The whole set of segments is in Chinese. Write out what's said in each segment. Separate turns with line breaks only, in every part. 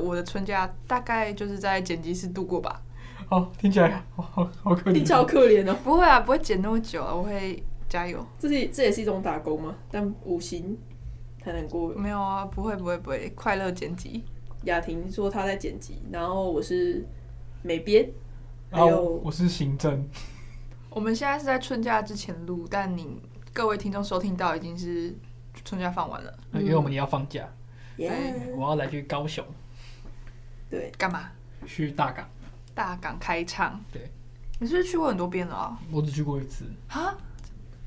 我的春假大概就是在剪辑室度过吧。
哦，听起来 好好好
嗯
可
你
怜。
超可怜哦，
不会啊，不会剪那么久啊，我会加油。
这是这也是一种打工嘛，但无薪，太难过了。
没有啊，不会不会不会，快乐剪辑。
雅婷说她在剪辑，然后我是美编，还
然后
有
我我是行政，
我们现在是在春假之前录，但你各位听众收听到已经是春假放完了，
因为我们也要放假，
耶、
我要来去高雄，
对，
干嘛？
去大港。
大港开唱。
对，
你是不是去过很多遍了啊？
我只去过一次，
啊？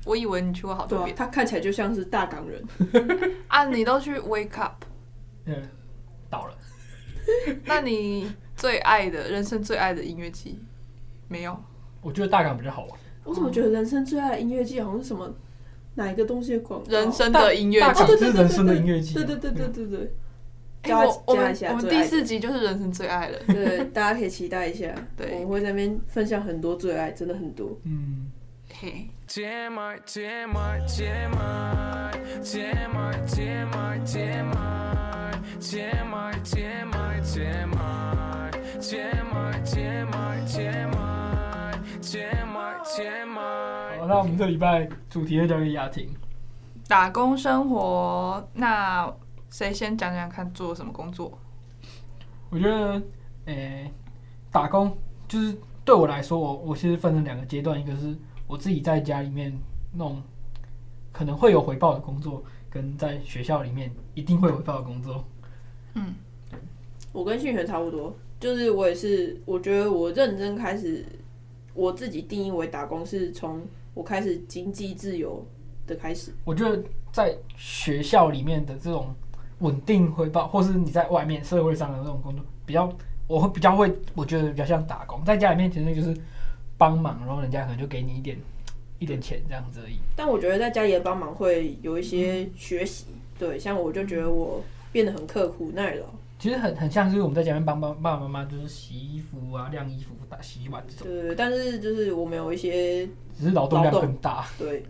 我以为你去过好
对
多
啊，
遍
她看起来就像是大港人，
啊你都去 Wake Up，
嗯，倒了。
那你最爱的人生最爱的音乐季没有？
我觉得大港比较好玩，
我怎么觉得人生最爱的音乐季好像是什么哪一个东西的广告？
人生的音乐
大
季
大。
哦对对
这
对
是人生的音乐季
对对对对对对，
啊哎
加
我我
加一
们
下
我们
最
第
爱的
四集就是人生最爱了。
对，大家可以期待一下，
对
我们会在那边分享很多最爱，真的很多。
嗯，
嘿，
TMI, TMI, TMI, TMI, TMI, TMI, TMI, TMI, TMI, TMI, TMI, TMI, TMI, TMI.
好，那我们这礼拜主题就交给雅婷。
打工生活，那谁先讲讲看做什么工作？
我觉得，诶、打工就是对我来说，我我其实分成两个阶段，一个是我自己在家里面弄可能会有回报的工作，跟在学校里面一定会有回报的工作。
我跟信玄差不多，就是我也是，我觉得我认真开始我自己定义为打工，是从我开始经济自由的开始。
我觉得在学校里面的这种稳定回报，或是你在外面社会上的这种工作，比较我会比较会，我觉得比较像打工，在家里面其实就是帮忙，然后人家可能就给你一点一点钱这样子而已。
但我觉得在家里的帮忙会有一些学习，对，像我就觉得我变得很刻苦耐劳，
其实很很像是我们在家里面帮帮爸爸妈妈，就是洗衣服啊、晾衣服、打洗碗这种，
对，但是就是我们有一些
只是劳动量
劳动
更大。
对，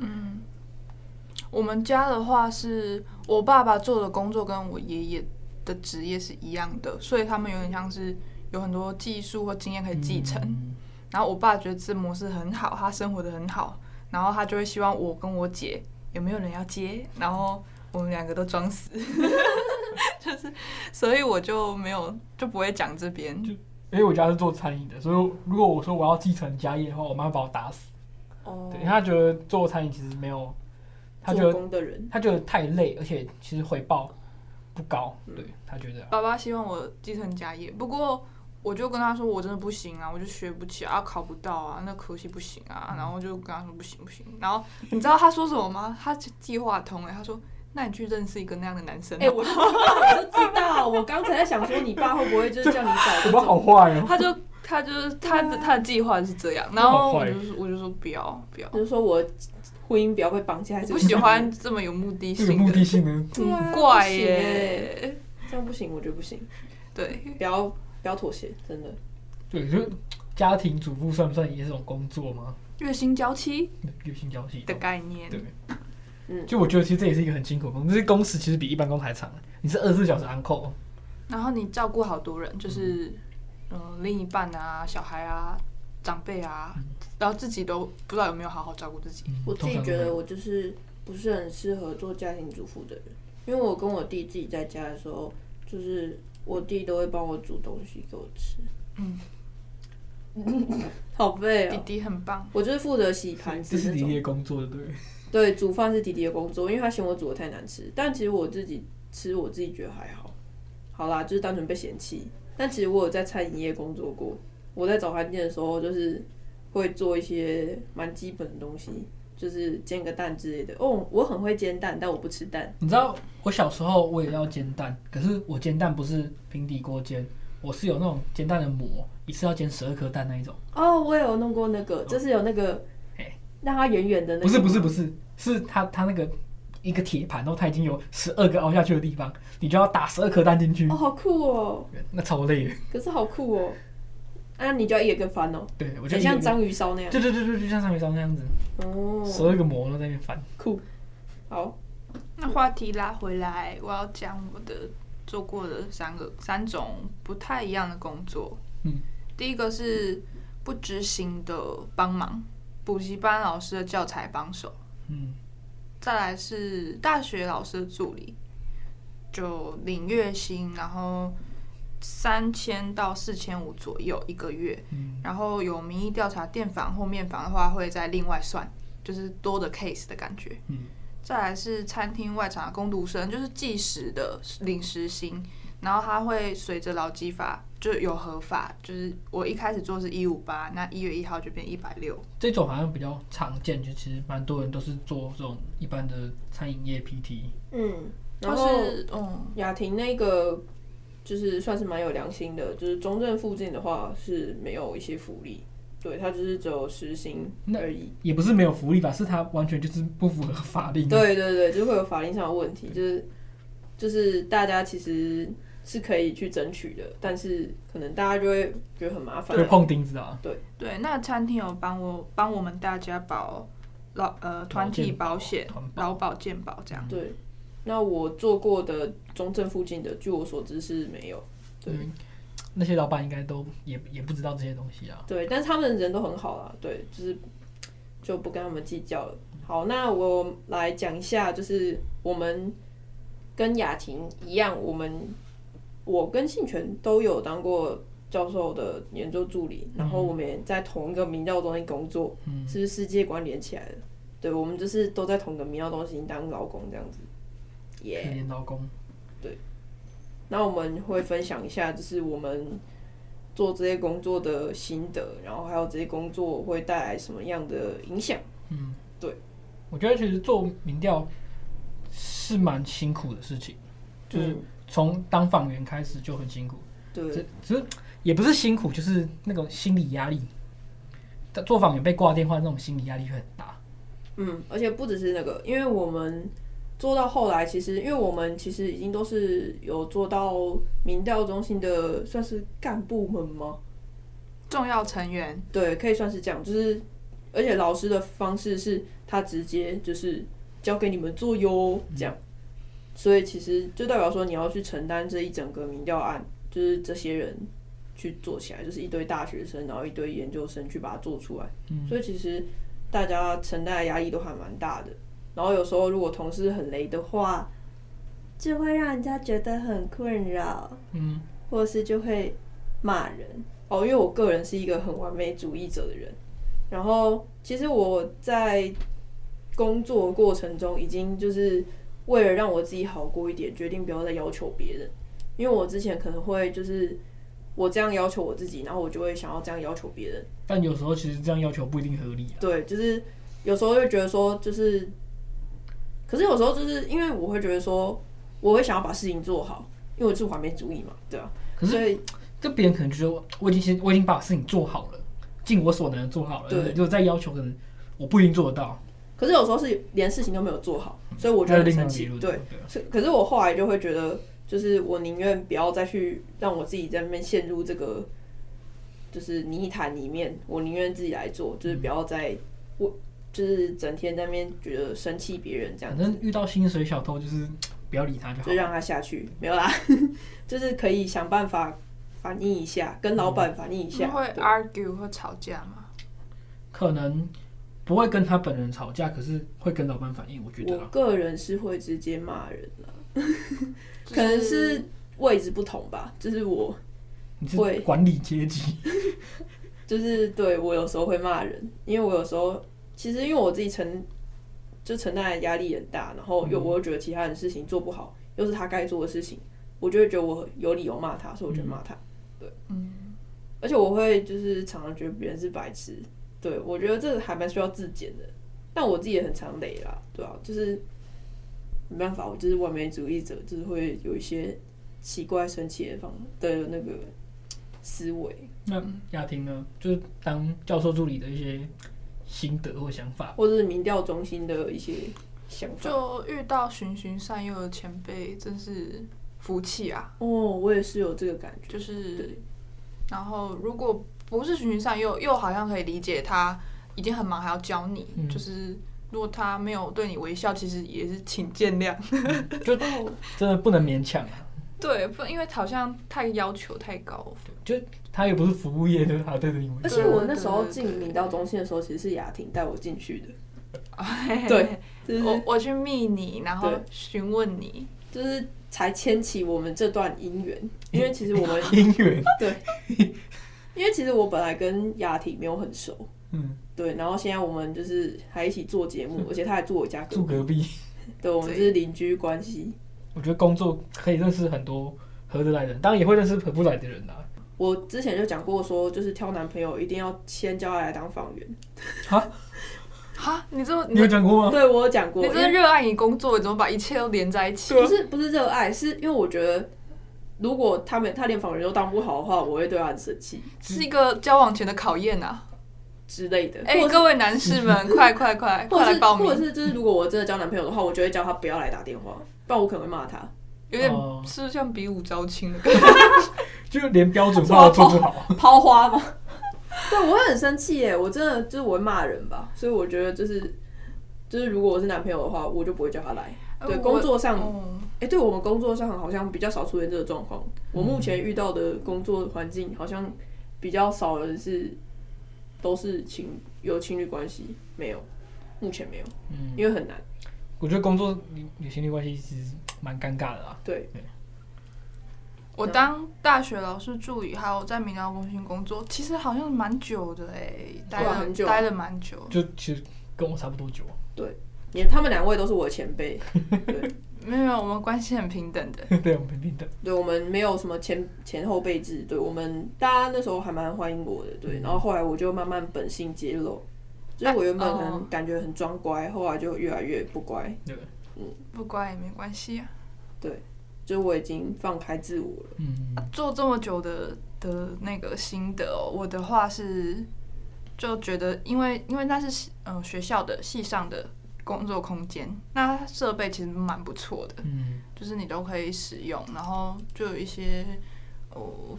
我们家的话是我爸爸做的工作跟我爷爷的职业是一样的，所以他们有点像是有很多技术或经验可以继承。
嗯
然后我爸觉得这模式很好，他生活的很好，然后他就会希望我跟我姐有没有人要接，然后我们两个都装死， 就是所以我就没有就不会讲这边。
因为我家是做餐饮的，所以如果我说我要继承家业的话，我妈会把我打死。
哦
对，因为她觉得做餐饮其实没有，她觉
做
得
工的人，
她觉得太累，而且其实回报不高。对，她觉得
爸爸希望我继承家业，不过我就跟他说我真的不行啊，我就学不起啊，考不到啊，那科系不行啊，然后就跟他说不行不行。然后你知道他说什么吗？他计划通哎、他说那你去认识一个那样的男生、
哎、我 就知道，我就知道，我刚才在想说，你爸会不会就是叫你找
我
这
爸
种
好坏哦。
他就他 就是他的他的计划是这样，然后
好
我
坏
就说我就说不要不要，
就是说我婚姻不要被绑架，
我不喜 欢这么有目的
这个
性
目的
的，
性呢？
对啊
怪
不行欸
耶、
这样不行，我觉得不行，
对，
不要不要妥协，真的。
对，就是家庭主妇算不算也是一种工作吗？
月薪娇妻
月薪交际
的概念，
对
嗯
就我觉得其实这也是一个很辛苦的工作，这工时其实比一般工还长，你是二十四小时 uncle。
然后你照顾好多人，就是嗯、呃另一半啊、小孩啊、长辈啊，然后自己都不知道有没有好好照顾自己。
嗯
我自己觉
通常都
得
会
我就是不是很适合做家庭主妇的人，因为我跟我弟自己在家的时候，就是我弟都会帮我煮东西给我吃。
嗯，
好废
弟
哦。
弟很棒，
我就是负责洗盘
这
子
是
那
你
种，
的工作，对不对？
对，煮饭是弟弟的工作，因为他嫌我煮的太难吃。但其实我自己吃，我自己觉得还好。好啦，就是单纯被嫌弃。但其实我有在餐饮业工作过，我在早餐店的时候就是会做一些蛮基本的东西，就是煎个蛋之类的。哦，我很会煎蛋，但我不吃蛋。
你知道我小时候我也要煎蛋，可是我煎蛋不是平底锅煎，我是有那种煎蛋的模，一次要煎十二颗蛋那一种。
哦，我有弄过那个，就是有那个
哎
让它圆圆的那个。
不是不是不是，是它它那个一个铁盘，然后它已经有十二个凹下去的地方，你就要打十二颗蛋进去
哦，，好酷哦！
那超累的。
可是好酷哦，啊，你就要一人一个翻哦，
对，我觉
很
得
像，章鱼烧那样。
对对对对，就像章鱼烧那样子，十
哦，
二个模都在那边翻。
酷。好，
那话题拉回来，我要讲我的做过的三个三种不太一样的工作。
嗯，
第一个是不执行的帮忙，补习班老师的教材帮手。
嗯，
再来是大学老师的助理，就领月薪，然后三千到四千五左右一个月。
嗯
然后有民意调查电访或面访的话，会再另外算，就是多的 case 的感觉。
嗯，
再来是餐厅外场的工读生，就是计时的领时薪，然后它会随着劳基法就有合法，就是我一开始做是一五八，那一月一号就变一百六。
这种好像比较常见，就其实蛮多人都是做这种一般的餐饮业 PT。
嗯，然
或
后
是嗯，
雅婷那个就是算是蛮有良心的，就是中正附近的话是没有一些福利，对，它就是只有实行
那
而已。
也不是没有福利吧，是他完全就是不符合法令。，
对对对，就是会有法律上的问题，就是就是大家其实是可以去争取的，但是可能大家就会觉得很麻烦
会。碰钉子啊。
对，那餐厅有帮我帮我们大家保劳呃团体保险
团、保
劳保健保这样。
对，那我做过的中正附近的，据我所知是没有。对
嗯，那些老板应该都也也不知道这些东西啊。
对，但是他们人都很好啦，啊对，就是就不跟他们计较了。好，那我来讲一下，就是我们跟雅婷一样，我们我跟信全都有当过教授的研究助理，然后我们也在同一个民调中心工作，
嗯
是不是世界观连起来了？对，我们就是都在同一个民调中心当劳工这样子，耶、
可怜劳工，
那我们会分享一下，就是我们做这些工作的心得，然后还有这些工作会带来什么样的影响。
嗯，
对。
我觉得其实做民调是蛮辛苦的事情，就是
嗯
从当访员开始就很辛苦。
对
只只是也不是辛苦，就是那种心理压力。但做访员被挂电话那种心理压力会很大。
嗯，而且不只是那个，因为我们做到后来，其实因为我们其实已经都是有做到民调中心的，算是干部们吗？
重要成员
对，可以算是这样，就是而且老师的方式是他直接就是交给你们做哟，这样，所以其实就代表说你要去承担这一整个民调案，就是这些人去做起来，就是一堆大学生，然后一堆研究生去把它做出来，所以其实大家承担的压力都还蛮大的，然后有时候如果同事很雷的话，就会让人家觉得很困扰。
嗯，
或者是就会骂人哦。因为我个人是一个很完美主义者的人，然后其实我在工作过程中已经就是为了让我自己好过一点，决定不要再要求别人，因为我之前可能会就是我这样要求我自己，然后我就会想要这样要求别人。
但有时候其实这样要求不一定合理啊。
对，就是有时候会觉得说，就是，可是有时候就是因为我会觉得说，我会想要把事情做好，因为我是完美主义嘛，对啊。
可是
所以
这别人可能觉得我我已经先我已经把事情做好了，尽我所能地做好了，
对
如果再要求可能我不一定做得到。
可是有时候是连事情都没有做好，所以我觉得
那
很
另
生
当别
气
论。
对，
对啊，
是可是我后来就会觉得，就是我宁愿不要再去让我自己在那边陷入这个就是泥潭里面，我宁愿自己来做，就是不要再我就是整天在那边觉得生气别人这样
反
子，
正遇到薪水小偷就是不要理他就好
就。让他下去没有啦， 就是可以想办法反映一下，跟老板反映一
他
下，
们会
对
argue 或吵架吗？
可能不会跟他本人吵架，可是会跟老板反映，我觉得
我
啦。
个人是会直接骂人的，可能是位置不同吧，就是我。
你是
会
管理阶级，
就是对我有时候会骂人，因为我有时候其实因为我自己承就承担的压力很大，然后又
嗯
我又觉得其他人事情做不好，又是他该做的事情，我就会觉得我有理由骂他，所以我就骂他。对，
嗯，
而且我会就是常常觉得别人是白痴，对我觉得这个还蛮需要自检的，但我自己也很常累啦，对啊，就是没办法，我就是完美主义者，就是会有一些奇怪神奇的方的那个思维。
那雅婷呢？就是当教授助理的一些心得或想 法。
或者是民调中心的一些想法。
就遇到循循善诱的前辈，真是福气啊！
哦，我也是有这个感觉。
就是
对，
然后如果不是循循善诱，又好像可以理解他已经很忙，还要教你。
嗯
就是如果他没有对你微笑，其实也是请见谅。
就真的不能勉强啊。
对，不，因为好像太要求太高。
他也不是服务业的，他对对因为
而且我那时候进明道中心的时候，其实是雅婷带我进去的。对，就是
我我去密你，然后
对
询问你，
就是才牵起我们这段姻缘，因为其实 我们，
姻缘，
因为其实我本来跟雅婷没有很熟，
嗯，
对，然后现在我们就是还一起做节目，而且她还住我家隔
住
壁，
隔壁，
对，我们就是邻居关系。
我觉得工作可以认识很多合得来的人，当然也会认识合不来的人啦、啊
我之前就讲过说，就是挑男朋友一定要先叫他来当房源，
哈，你这么
嗯
你有讲过吗？
对我有啊讲过，
你
因
真
为
的热爱你工作，你怎么把一切都连在一起？
不是不是热爱，是因为我觉得。如果他们他连访人都当不好的话，我会对他很生气
是一个交往前的考验啊！
之类的。
哎、
或者
各位男士们，快快快，
或
快
者
来
是
报名
或！者是就是，如果我真的交男朋友的话，我就会叫他不要来打电话，不然我可能会骂他。
有点
哦
是不是像比武招亲的感觉？
就连标准化都做不好，
哦抛花吗？对，我会很生气耶！我真的就是我会骂人吧，所以我觉得就是就是，如果我是男朋友的话，我就不会叫他来。对，
呃我
工作上，哎、
哦
对我们工作上好像比较少出现这个状况。我目前遇到的工作环境好像比较少人是都是情有情侣关系，没有，目前没有，
嗯，
因为很难。
我觉得工作你你情侣关系其实蛮尴尬的啊。
对，
我当大学老师助理，还有在民谣中心工作，其实好像蛮久的哎、待
对啊
了
很久啊
待了蛮久。
就其实跟我差不多久，啊
你他们两位都是我的前辈，
没有，没有，我们关系很平等的。
对，我们平平等。
对我们没有什么前前后辈制，对我们大家那时候还蛮欢迎我的，对，然后后来我就慢慢本性揭露，就是我原本可
哦
能感觉很装乖，后来就越来越不乖，
不乖也没关系啊。
就是我已经放开自我了。
嗯，
做这么久的的那个心得哦，我的话是就觉得，因为因为那是系呃学校的系上的工作空间，那设备其实蛮不错的，
嗯，
就是你都可以使用，然后就有一些哦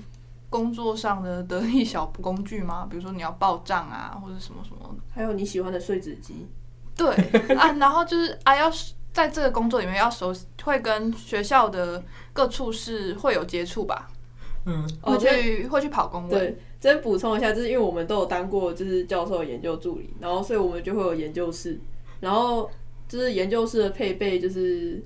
工作上的得力小工具嘛，比如说你要报账啊，或者什么什么
还有你喜欢的碎纸机，
对啊，然后就是啊，要是在这个工作里面要熟，会跟学校的各处室会有接触吧，
嗯，
会
哦
去会去跑公文，
对，再补充一下，就是因为我们都有当过就是教授的研究助理，然后所以我们就会有研究室，然后就是研究室的配备就是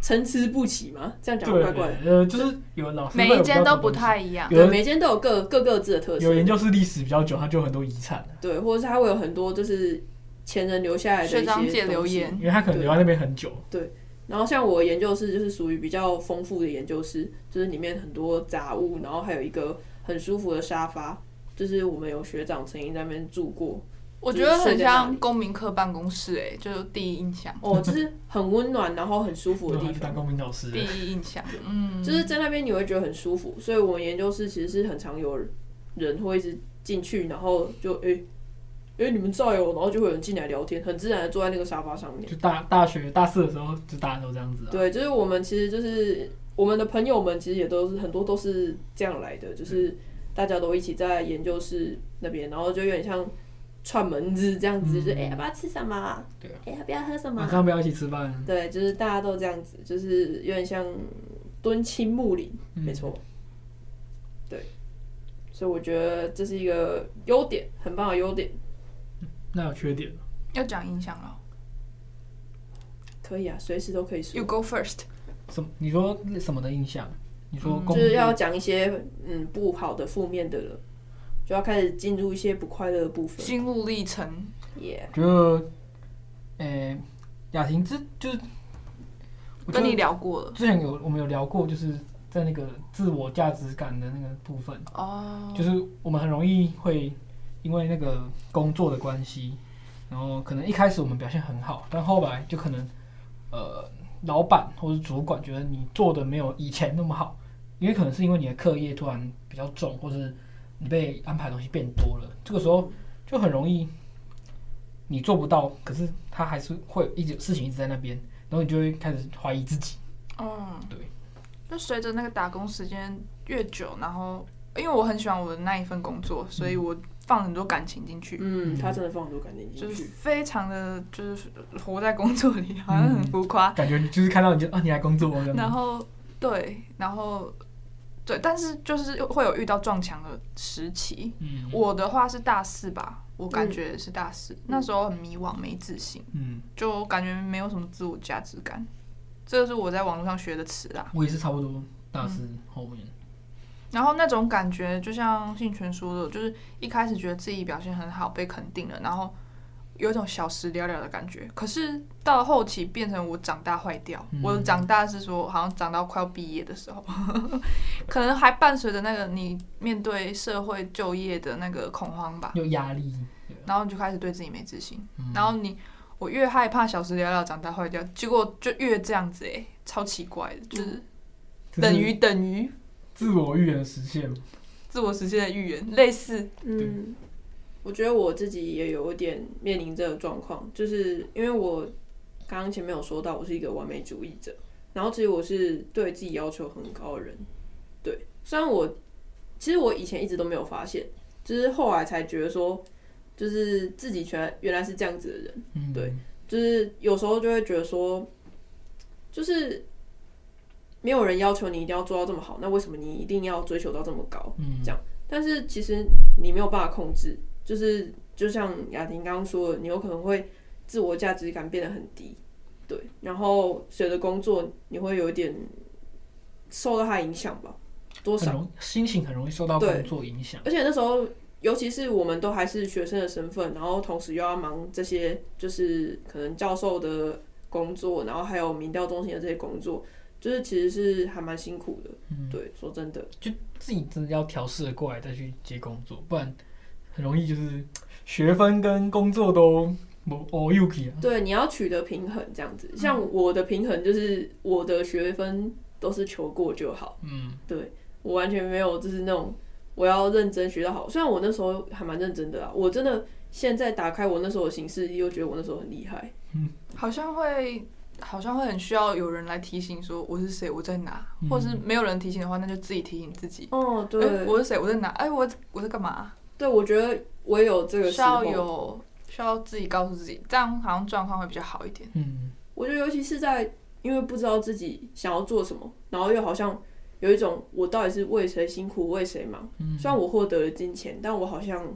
参差不齐嘛，这样讲
对
怪怪的，，
呃，就是有人老师
每一间都不太一样。
有
对，
人
每间都有各各各自的特色，
有研究室历史比较久，他就有很多遗产了，
对，或者是他会有很多就是前人留下来的一些
学长姐留
东西。
言，
因为他可能留在那边很久。
然后像我研究室就是属于比较丰富的研究室，就是里面很多杂物，然后还有一个很舒服的沙发，就是我们有学长曾经在那边住过，
我觉得很
就是睡在哪
像
里
公民课办公室、哎，就是第一印象，
哦，就是很温暖，然后很舒服
我
的地
去当
方。
公民老师
第，一印象，嗯，
就是在那边你会觉得很舒服，所以我们研究室其实是很常有人会一直进去，然后就诶诶，你们在哦，然后就会有人进来聊天，很自然的坐在那个沙发上面。
就大大学大四的时候，就大家都这样子啊。
对，就是我们其实就是我们的朋友们，其实也都是很多都是这样来的，
嗯
就是大家都一起在研究室那边，然后就有点像串门子这样子，就是
嗯
哎、要不要吃什么？
对啊
哎、要不要喝什么
晚？上不要一起吃饭，
对，就是大家都这样子，就是有点像敦亲睦邻，
嗯
没错。对，所以我觉得这是一个优点，很棒的优点，
那有缺点。
要讲印象了。
可以啊，随时都可以说
You，go first。
什么？你说什么的印象？你说
嗯
公
就是要讲一些嗯不好的、负面的了，就要开始进入一些不快乐的部分。
心路历程，
耶、
觉得，诶、雅婷之就是我觉
跟
得
你聊过了
之前有我们有聊过，就是在那个自我价值感的那个部分，
哦，
就是我们很容易会因为那个工作的关系，然后可能一开始我们表现很好，但后来就可能呃老板或是主管觉得你做的没有以前那么好，因为可能是因为你的课业突然比较重，或是你被安排的东西变多了，这个时候就很容易你做不到，可是他还是会一直事情一直在那边，然后你就会开始怀疑自己。
嗯，
对，
就随着那个打工时间越久，然后因为我很喜欢我的那一份工作，所以我放很多感情进去，
嗯，他真的放很多感情
就
进
是
去，
非常的就是活在工作里，好像很浮夸。
感觉就是看到你就啊，你来工作哦，这样
然后对，然后对，但是就是会有遇到撞墙的时期。
嗯，
我的话是大四吧，我感觉是大四，那时候很迷惘，没自信，
嗯，
就感觉没有什么自我价值感。这个是我在网络上学的词啦。
我也是差不多大四后面，
然后那种感觉，就像信全说的，就是一开始觉得自己表现很好，被肯定了，然后有一种小时了了的感觉。可是到后期变成我长大坏掉，
嗯
我的长大是说好像长到快要毕业的时候， 可能还伴随着那个你面对社会就业的那个恐慌吧，
有压力，
然后你就开始对自己没自信，
嗯
然后你我越害怕小时了了长大坏掉，结果就越这样子诶、超奇怪的，就是
这是
等于等于
自我预言的实现。
自我实现的预言，类似。
嗯，我觉得我自己也有一点面临这个状况，就是因为我刚刚前面有说到，我是一个完美主义者，然后其实我是对自己要求很高的人。对，虽然我其实我以前一直都没有发现，就是后来才觉得说，就是自己全原来是这样子的人。
嗯，
对，就是有时候就会觉得说，就是没有人要求你一定要做到这么好，那为什么你一定要追求到这么高？
嗯，
这样但是其实你没有办法控制，就是就像雅婷刚刚说的，你有可能会自我价值感变得很低，对，然后随着工作你会有一点受到它的影响吧，多
很
少？
容心情很容易受到
对
工作影响。
而且那时候，尤其是我们都还是学生的身份，然后同时又要忙这些就是可能教授的工作，然后还有民调中心的这些工作，就是其实是还蛮辛苦的。
嗯，
对，说真的，
就自己真的要调试得过来再去接工作，不然很容易就是学分跟工作都不哦 Yuki 啊。
对，你要取得平衡这样子。像我的平衡就是我的学分都是求过就好，
嗯
我完全没有就是那种我要认真学到好。虽然我那时候还蛮认真的啊，我真的现在打开我那时候的形式，又觉得我那时候很厉害。
好像会，好像会很需要有人来提醒说我是谁，我在哪，
嗯
或者是没有人提醒的话，那就自己提醒自己。
哦，对
哎我是谁，我在哪？哎、我我在干嘛？
对，我觉得我也有这个
需
时
要
候，
有需要自己告诉自己，这样好像状况会比较好一点。
嗯，
我觉得尤其是在因为不知道自己想要做什么，然后又好像有一种我到底是为谁辛苦为谁忙。
嗯
虽然我获得了金钱，但我好像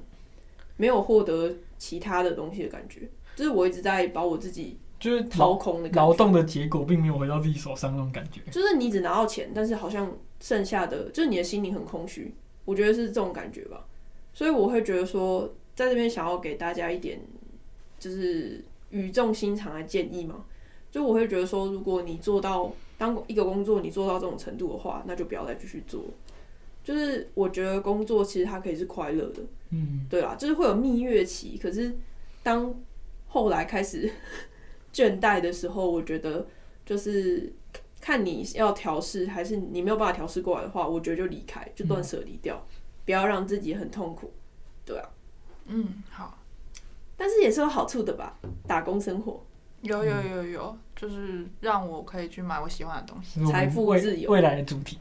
没有获得其他的东西的感觉，就是我一直在把我自己
就是
掏
劳
空的感
劳
觉。
动的结果并没有回到自己手上那种感觉。
就是你只拿到钱，但是好像剩下的就是你的心灵很空虚，我觉得是这种感觉吧。所以我会觉得说，在这边想要给大家一点就是语重心长的建议嘛，就我会觉得说，如果你做到当一个工作你做到这种程度的话，那就不要再继续做。就是我觉得工作其实它可以是快乐的，
嗯，
对啦，就是会有蜜月期，可是当后来开始 倦怠的时候，我觉得就是看你要调试，还是你没有办法调试过来的话，我觉得就离开，就断舍离掉，不要让自己很痛苦。
嗯，好，
但是也是有好处的吧，打工生活，
有有
嗯
有有，就是让我可以去买我喜欢的 东西。
这是我们
财富
未
自由
未来的主题。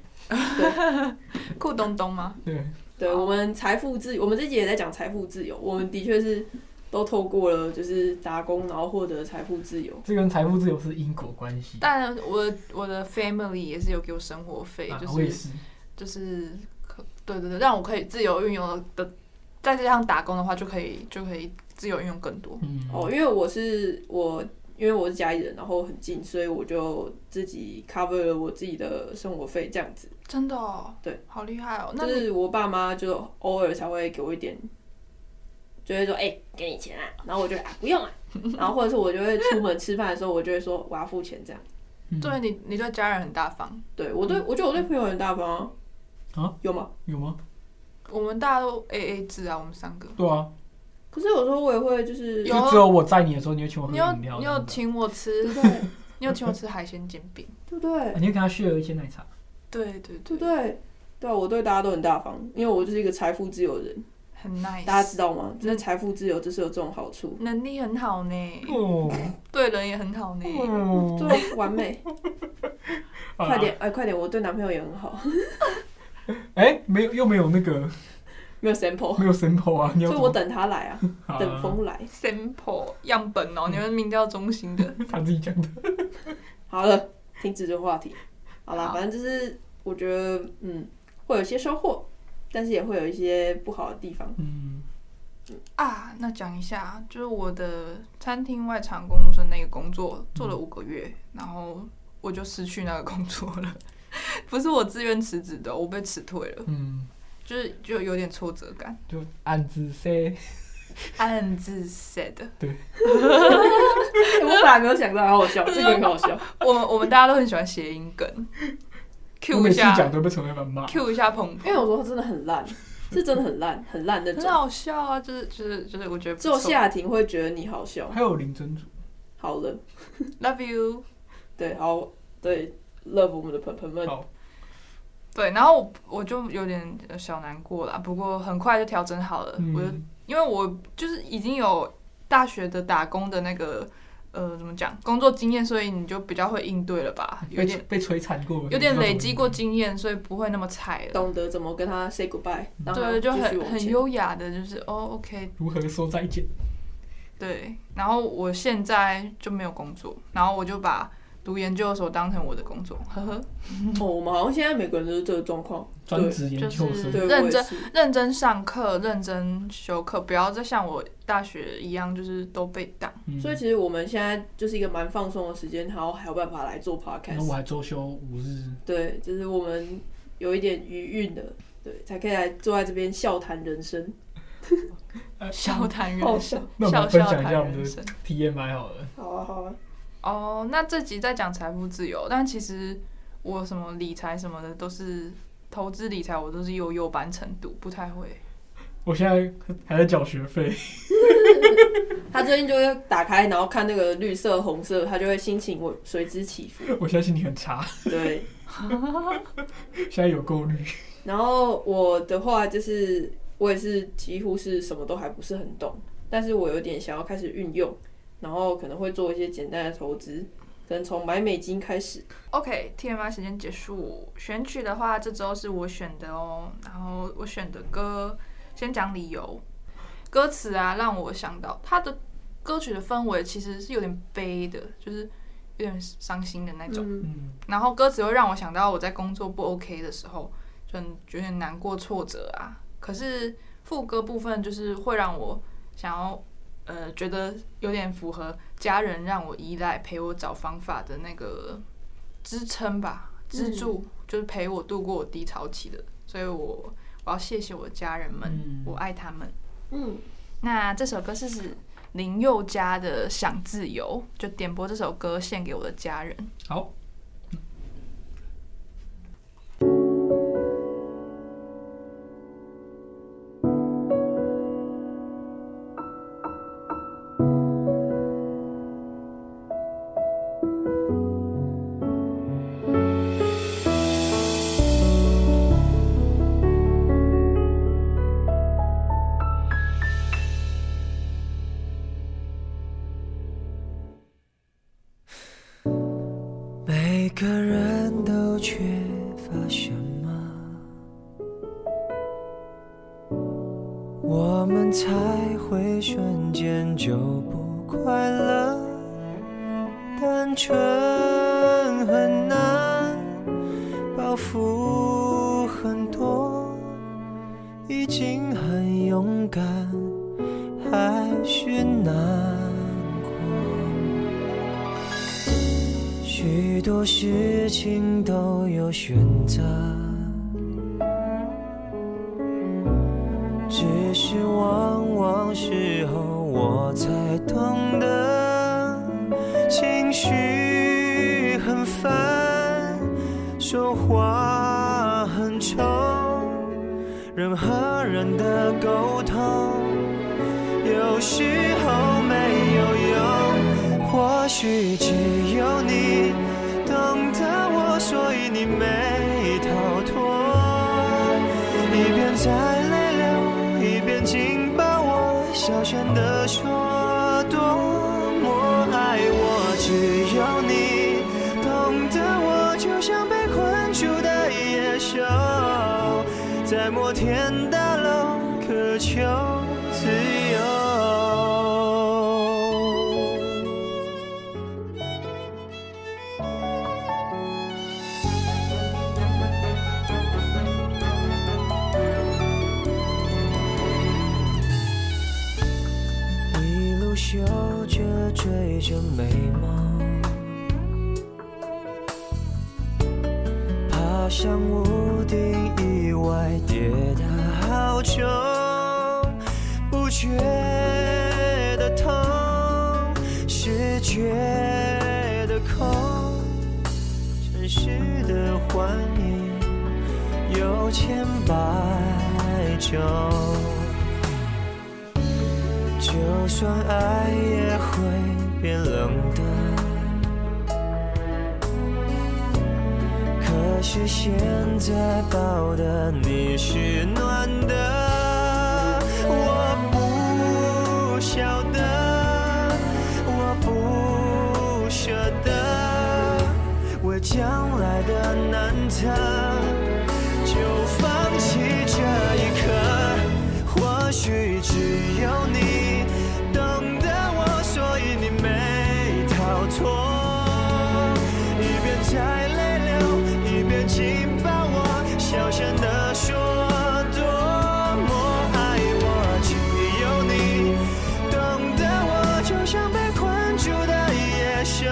酷东东吗？
对，
对
好
我们财富自，我们这集也在讲财富自由，我们的确是都透过了就是打工，然后获得财富自由。
这跟财富自由是因果关系。
但我的我的 family 也是有给我生活费，
啊
就
我也
是
是，
就是可对对对，让我可以自由运用的，再加上打工的话，就可以就可以自由运用更多。
嗯，
哦，因为我是我，因为我是家里人，然后很近，所以我就自己 cover 了我自己的生活费，这样子。
真的哦，
对，
好厉害哦。那
就
你
是我爸妈就偶尔才会给我一点，就会说：“哎、给你钱啊。”然后我就啊不用啊，然后或者是我就会出门吃饭的时候，我就会说我要付钱这样。
嗯
对你，你对家人很大方。
对我对我觉得我对朋友很大方啊，
啊
有吗？
有吗？
我们大家都 A A 制啊，我们三个。
对啊，
可是有时候我也会就是
有啊
就只有我在你的时候，你会请我喝
你有
饮料。
你
这
有
样子
请我
对
吃
不，对？
你有请我吃海鲜煎饼。
对不对
啊？你会跟他 share 一些奶茶。
对对
对
对
不对？对啊，我对大家都很大方，因为我就是一个财富自由的人，
很
哎
大
nice，
家知道
嗯
吗？就是财富自由就是有这种好处。
能力很好呢，
哦，
对人也很好呢。
哦啊
对，完美，
好啦
快点，哎，快点！我对男朋友也很好，
哎、没有又没有那个
没有 sample，
没有 sample 啊，你要
所以我等他来啊，
好啊
等风来。
sample 样
嗯
本哦，你们民调中心的，
他自己讲的。
好了，停止这个话题。好啦，
好
反正就是我觉得嗯，会有一些收获，但是也会有一些不好的地 方。
嗯，
啊，那讲一下，就是我的餐厅外场工读生那个工
嗯
作做了五个月，然后我就失去那个工作了， 不是我自愿辞职的，我被辞退了，
嗯，
就是就有点挫折感，
就暗自 say，
暗自 sad。
哎我本来没有想到，好 好笑，这个很好笑。
我们我们大家都很喜欢谐音梗
我
，Q
每
一
次讲
下
都被陈伟凡骂。
Q 一下鹏
因为
鹏，
我说他真的很烂，是真的很烂，很烂那
很
种。
好笑啊，就是就是就是我觉得不
只有
错
夏婷会觉得你好笑。
还有林真主，
好了，
，Love you。
对，好，对，love 我们的朋朋们。
好，
对，然后我我就有点呃小难过啦，不过很快就调整好了。呃我就
嗯，
因为我就是已经有大学的打工的那个呃怎么讲工作经验，所以你就比较会应对了吧，有
被
点
被摧残过，
有点累积过经验，所以不会那么菜了。
懂得怎么跟他 say goodbye，然后
对，就
继续
很
往
很
前。
优雅的，就是哦，OK，
如何说再见。
对。然后我现在就没有工作，然后我就把读研究所当成我的工作，呵呵，
哦，我们好像现在每个人都是这个状况。
专职研究
就是
生，
对，
认
我也
真
是
认真上课，认真修课，不要再像我大学一样，就是都被挡。
嗯
所以其实我们现在就是一个蛮放松的时间，然后还有办法来做
然后我
podcast。
还周休五日，
对，就是我们有一点余韵的，对，才可以来坐在这边笑谈人生。
笑谈
好
人
笑
生，
那我
笑
们分
笑
享一
谈
下我们
人
的
生。
TMI 好了，
好啊，好啊。
哦，那这集在讲财富自由，但其实我什么理财什么的都是投资理财，我都是幼幼班程度，不太会。
我现在还在缴学费，
他最近就会打开，然后看那个绿色、红色，他就会心情我随之起伏。
我现在心情很差，
对，
现在有够绿。
然后我的话就是，我也是几乎是什么都还不是很懂，但是我有点想要开始运用，然后可能会做一些简单的投资，可能从买美金开始。
OK，TMI 时间结束。选曲的话，这周是我选的哦。然后我选的歌，先讲理由。歌词啊，让我想到它的歌曲的氛围其实是有点悲的，就是有点伤心的那种。
嗯，
嗯，
然后歌词会让我想到我在工作不 OK 的时候，就很有点难过、挫折啊。可是副歌部分就是会让我想要，呃，觉得有点符合家人让我依赖、陪我找方法的那个支撑吧、支柱，就是陪我度过我低潮期的。所以我我要谢谢我的家人们，
嗯
我爱他们。
嗯，
那这首歌是指林宥嘉的《想自由》，就点播这首歌献给我的家人。
好，
每个人都缺乏什么，我们才会瞬间就不快乐。单纯很难，包袱很多，已经很勇敢，还是难过。许多事情都有选择，只是往往事后我才懂得，情绪很烦，说话很臭，人和人的沟通。有时候没有用，或许只有你懂得我，所以你没逃脱。一边在泪流，一边紧抱我，小声地说多么爱我。只有你懂得我，就像被困住的野兽，在摩天大楼渴求自由。追着美梦，爬上屋顶意外跌打好久，不觉得痛，是觉得空，真实的幻影有千百种。就算爱也会变冷的，可是现在抱的你是暖的，我不晓得，我不舍得，为将来的难测。就放弃这一刻。或许只有你懂得我，所以你没逃脱。一边在泪流，一边紧抱我，小声地说。多么爱我，只有你懂得我，就像被困住的野兽，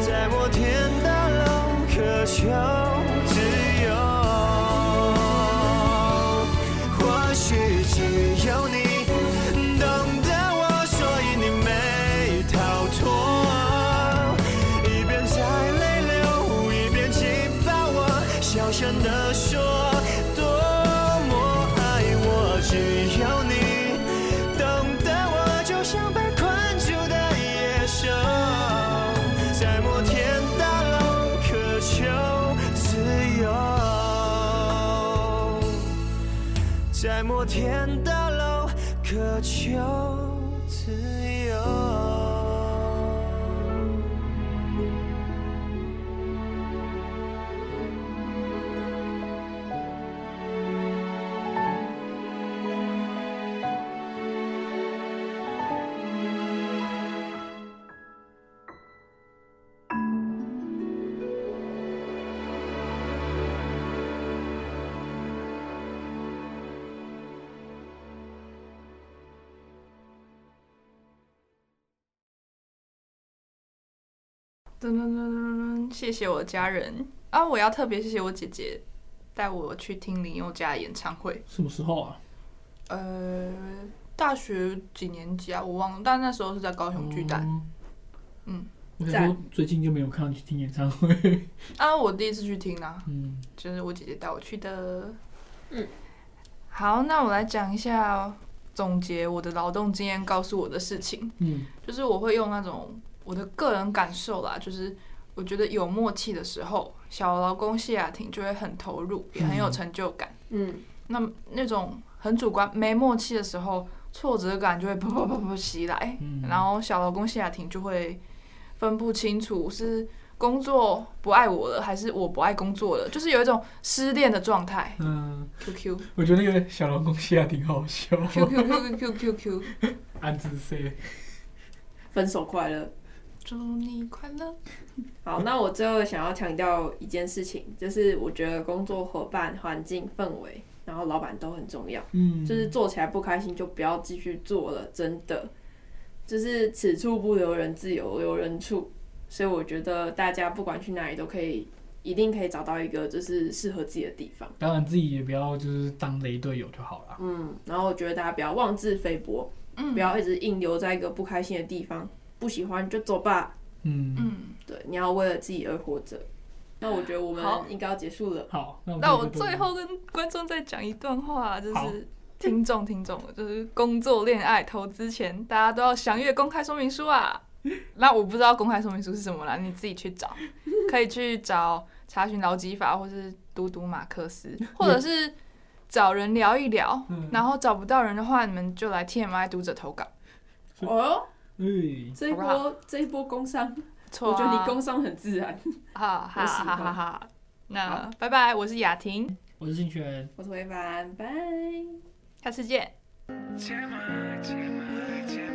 在摩天大楼渴求自由。或许只有你懂得我，所以你没逃脱。一边在泪流，一边紧抱我，小声地说。多么爱我，只有你懂得我，就像被困住的野兽，在摩天大楼渴求自由，在摩天大楼渴求自由。
噔噔噔噔噔，谢谢我家人啊！我要特别谢谢我姐姐带我去听林宥嘉的演唱会。
什么时候啊？
呃，大学几年级啊？我忘了，但那时候是在高雄巨蛋。嗯，
哦我想
赞
说最近就没有看到你去听演 唱会。
啊，我第一次去听啊，
嗯，
就是我姐姐带我去的。
嗯，
好，那我来讲一下总结我的劳动经验告诉我的事情。
嗯，
就是我会用那种我的个人感受啦，就是我觉得有默契的时候，小劳工谢雅婷就会很投入，也很有成就感。
嗯，
那么那种很主观、没默契的时候，挫折感就会噗噗噗噗袭来，
嗯
然后小劳工谢雅婷啊就会分不清楚是。工作不爱我了，还是我不爱工作了？就是有一种失恋的状态。
嗯，
Q Q
我觉得那个小龙公西亚挺好笑。
Q Q Q Q Q Q，
安子 C，
分手快乐。
祝你快乐。
好，那我最后想要强调一件事情，就是我觉得工作伙伴、环境、氛围，然后老板都很重要。
嗯，
就是做起来不开心就不要继续做了，真的。就是此处不留人，自有留人处。所以我觉得大家不管去哪里都可以，一定可以找到一个就是适合自己的地方。
当然自己也不要就是当雷队友就好了。
嗯，然后我觉得大家不要妄自菲薄，
嗯
不要一直硬留在一个不开心的地方，不喜欢就走吧。
嗯，
嗯，
对，你要为了自己而活着。那我觉得我们
好
应该要结束了。
好，那
那我
们就
最后跟观众再讲一段话，就
好
是听众听众，就是工作、恋爱、投资前，大家都要详阅公开说明书 啊。那我不知道公开说明书是什么啦，你自己去找，可以去找查询劳基法，或是读读马克思，或者是找人聊一聊。
嗯
然后找不到人的话，你们就来 TMI 读者投稿。
嗯
哦，
哎，
这一
好不
波这一波工伤，
错、
我
啊，
觉得你工伤很自然。
哈哈
我喜
哈
欢
哈哈。那
好
拜拜，我是雅婷，
我是新轩。
我是微凡，拜。
下次见。
Gemma, Gemma, Gemma.
Oh,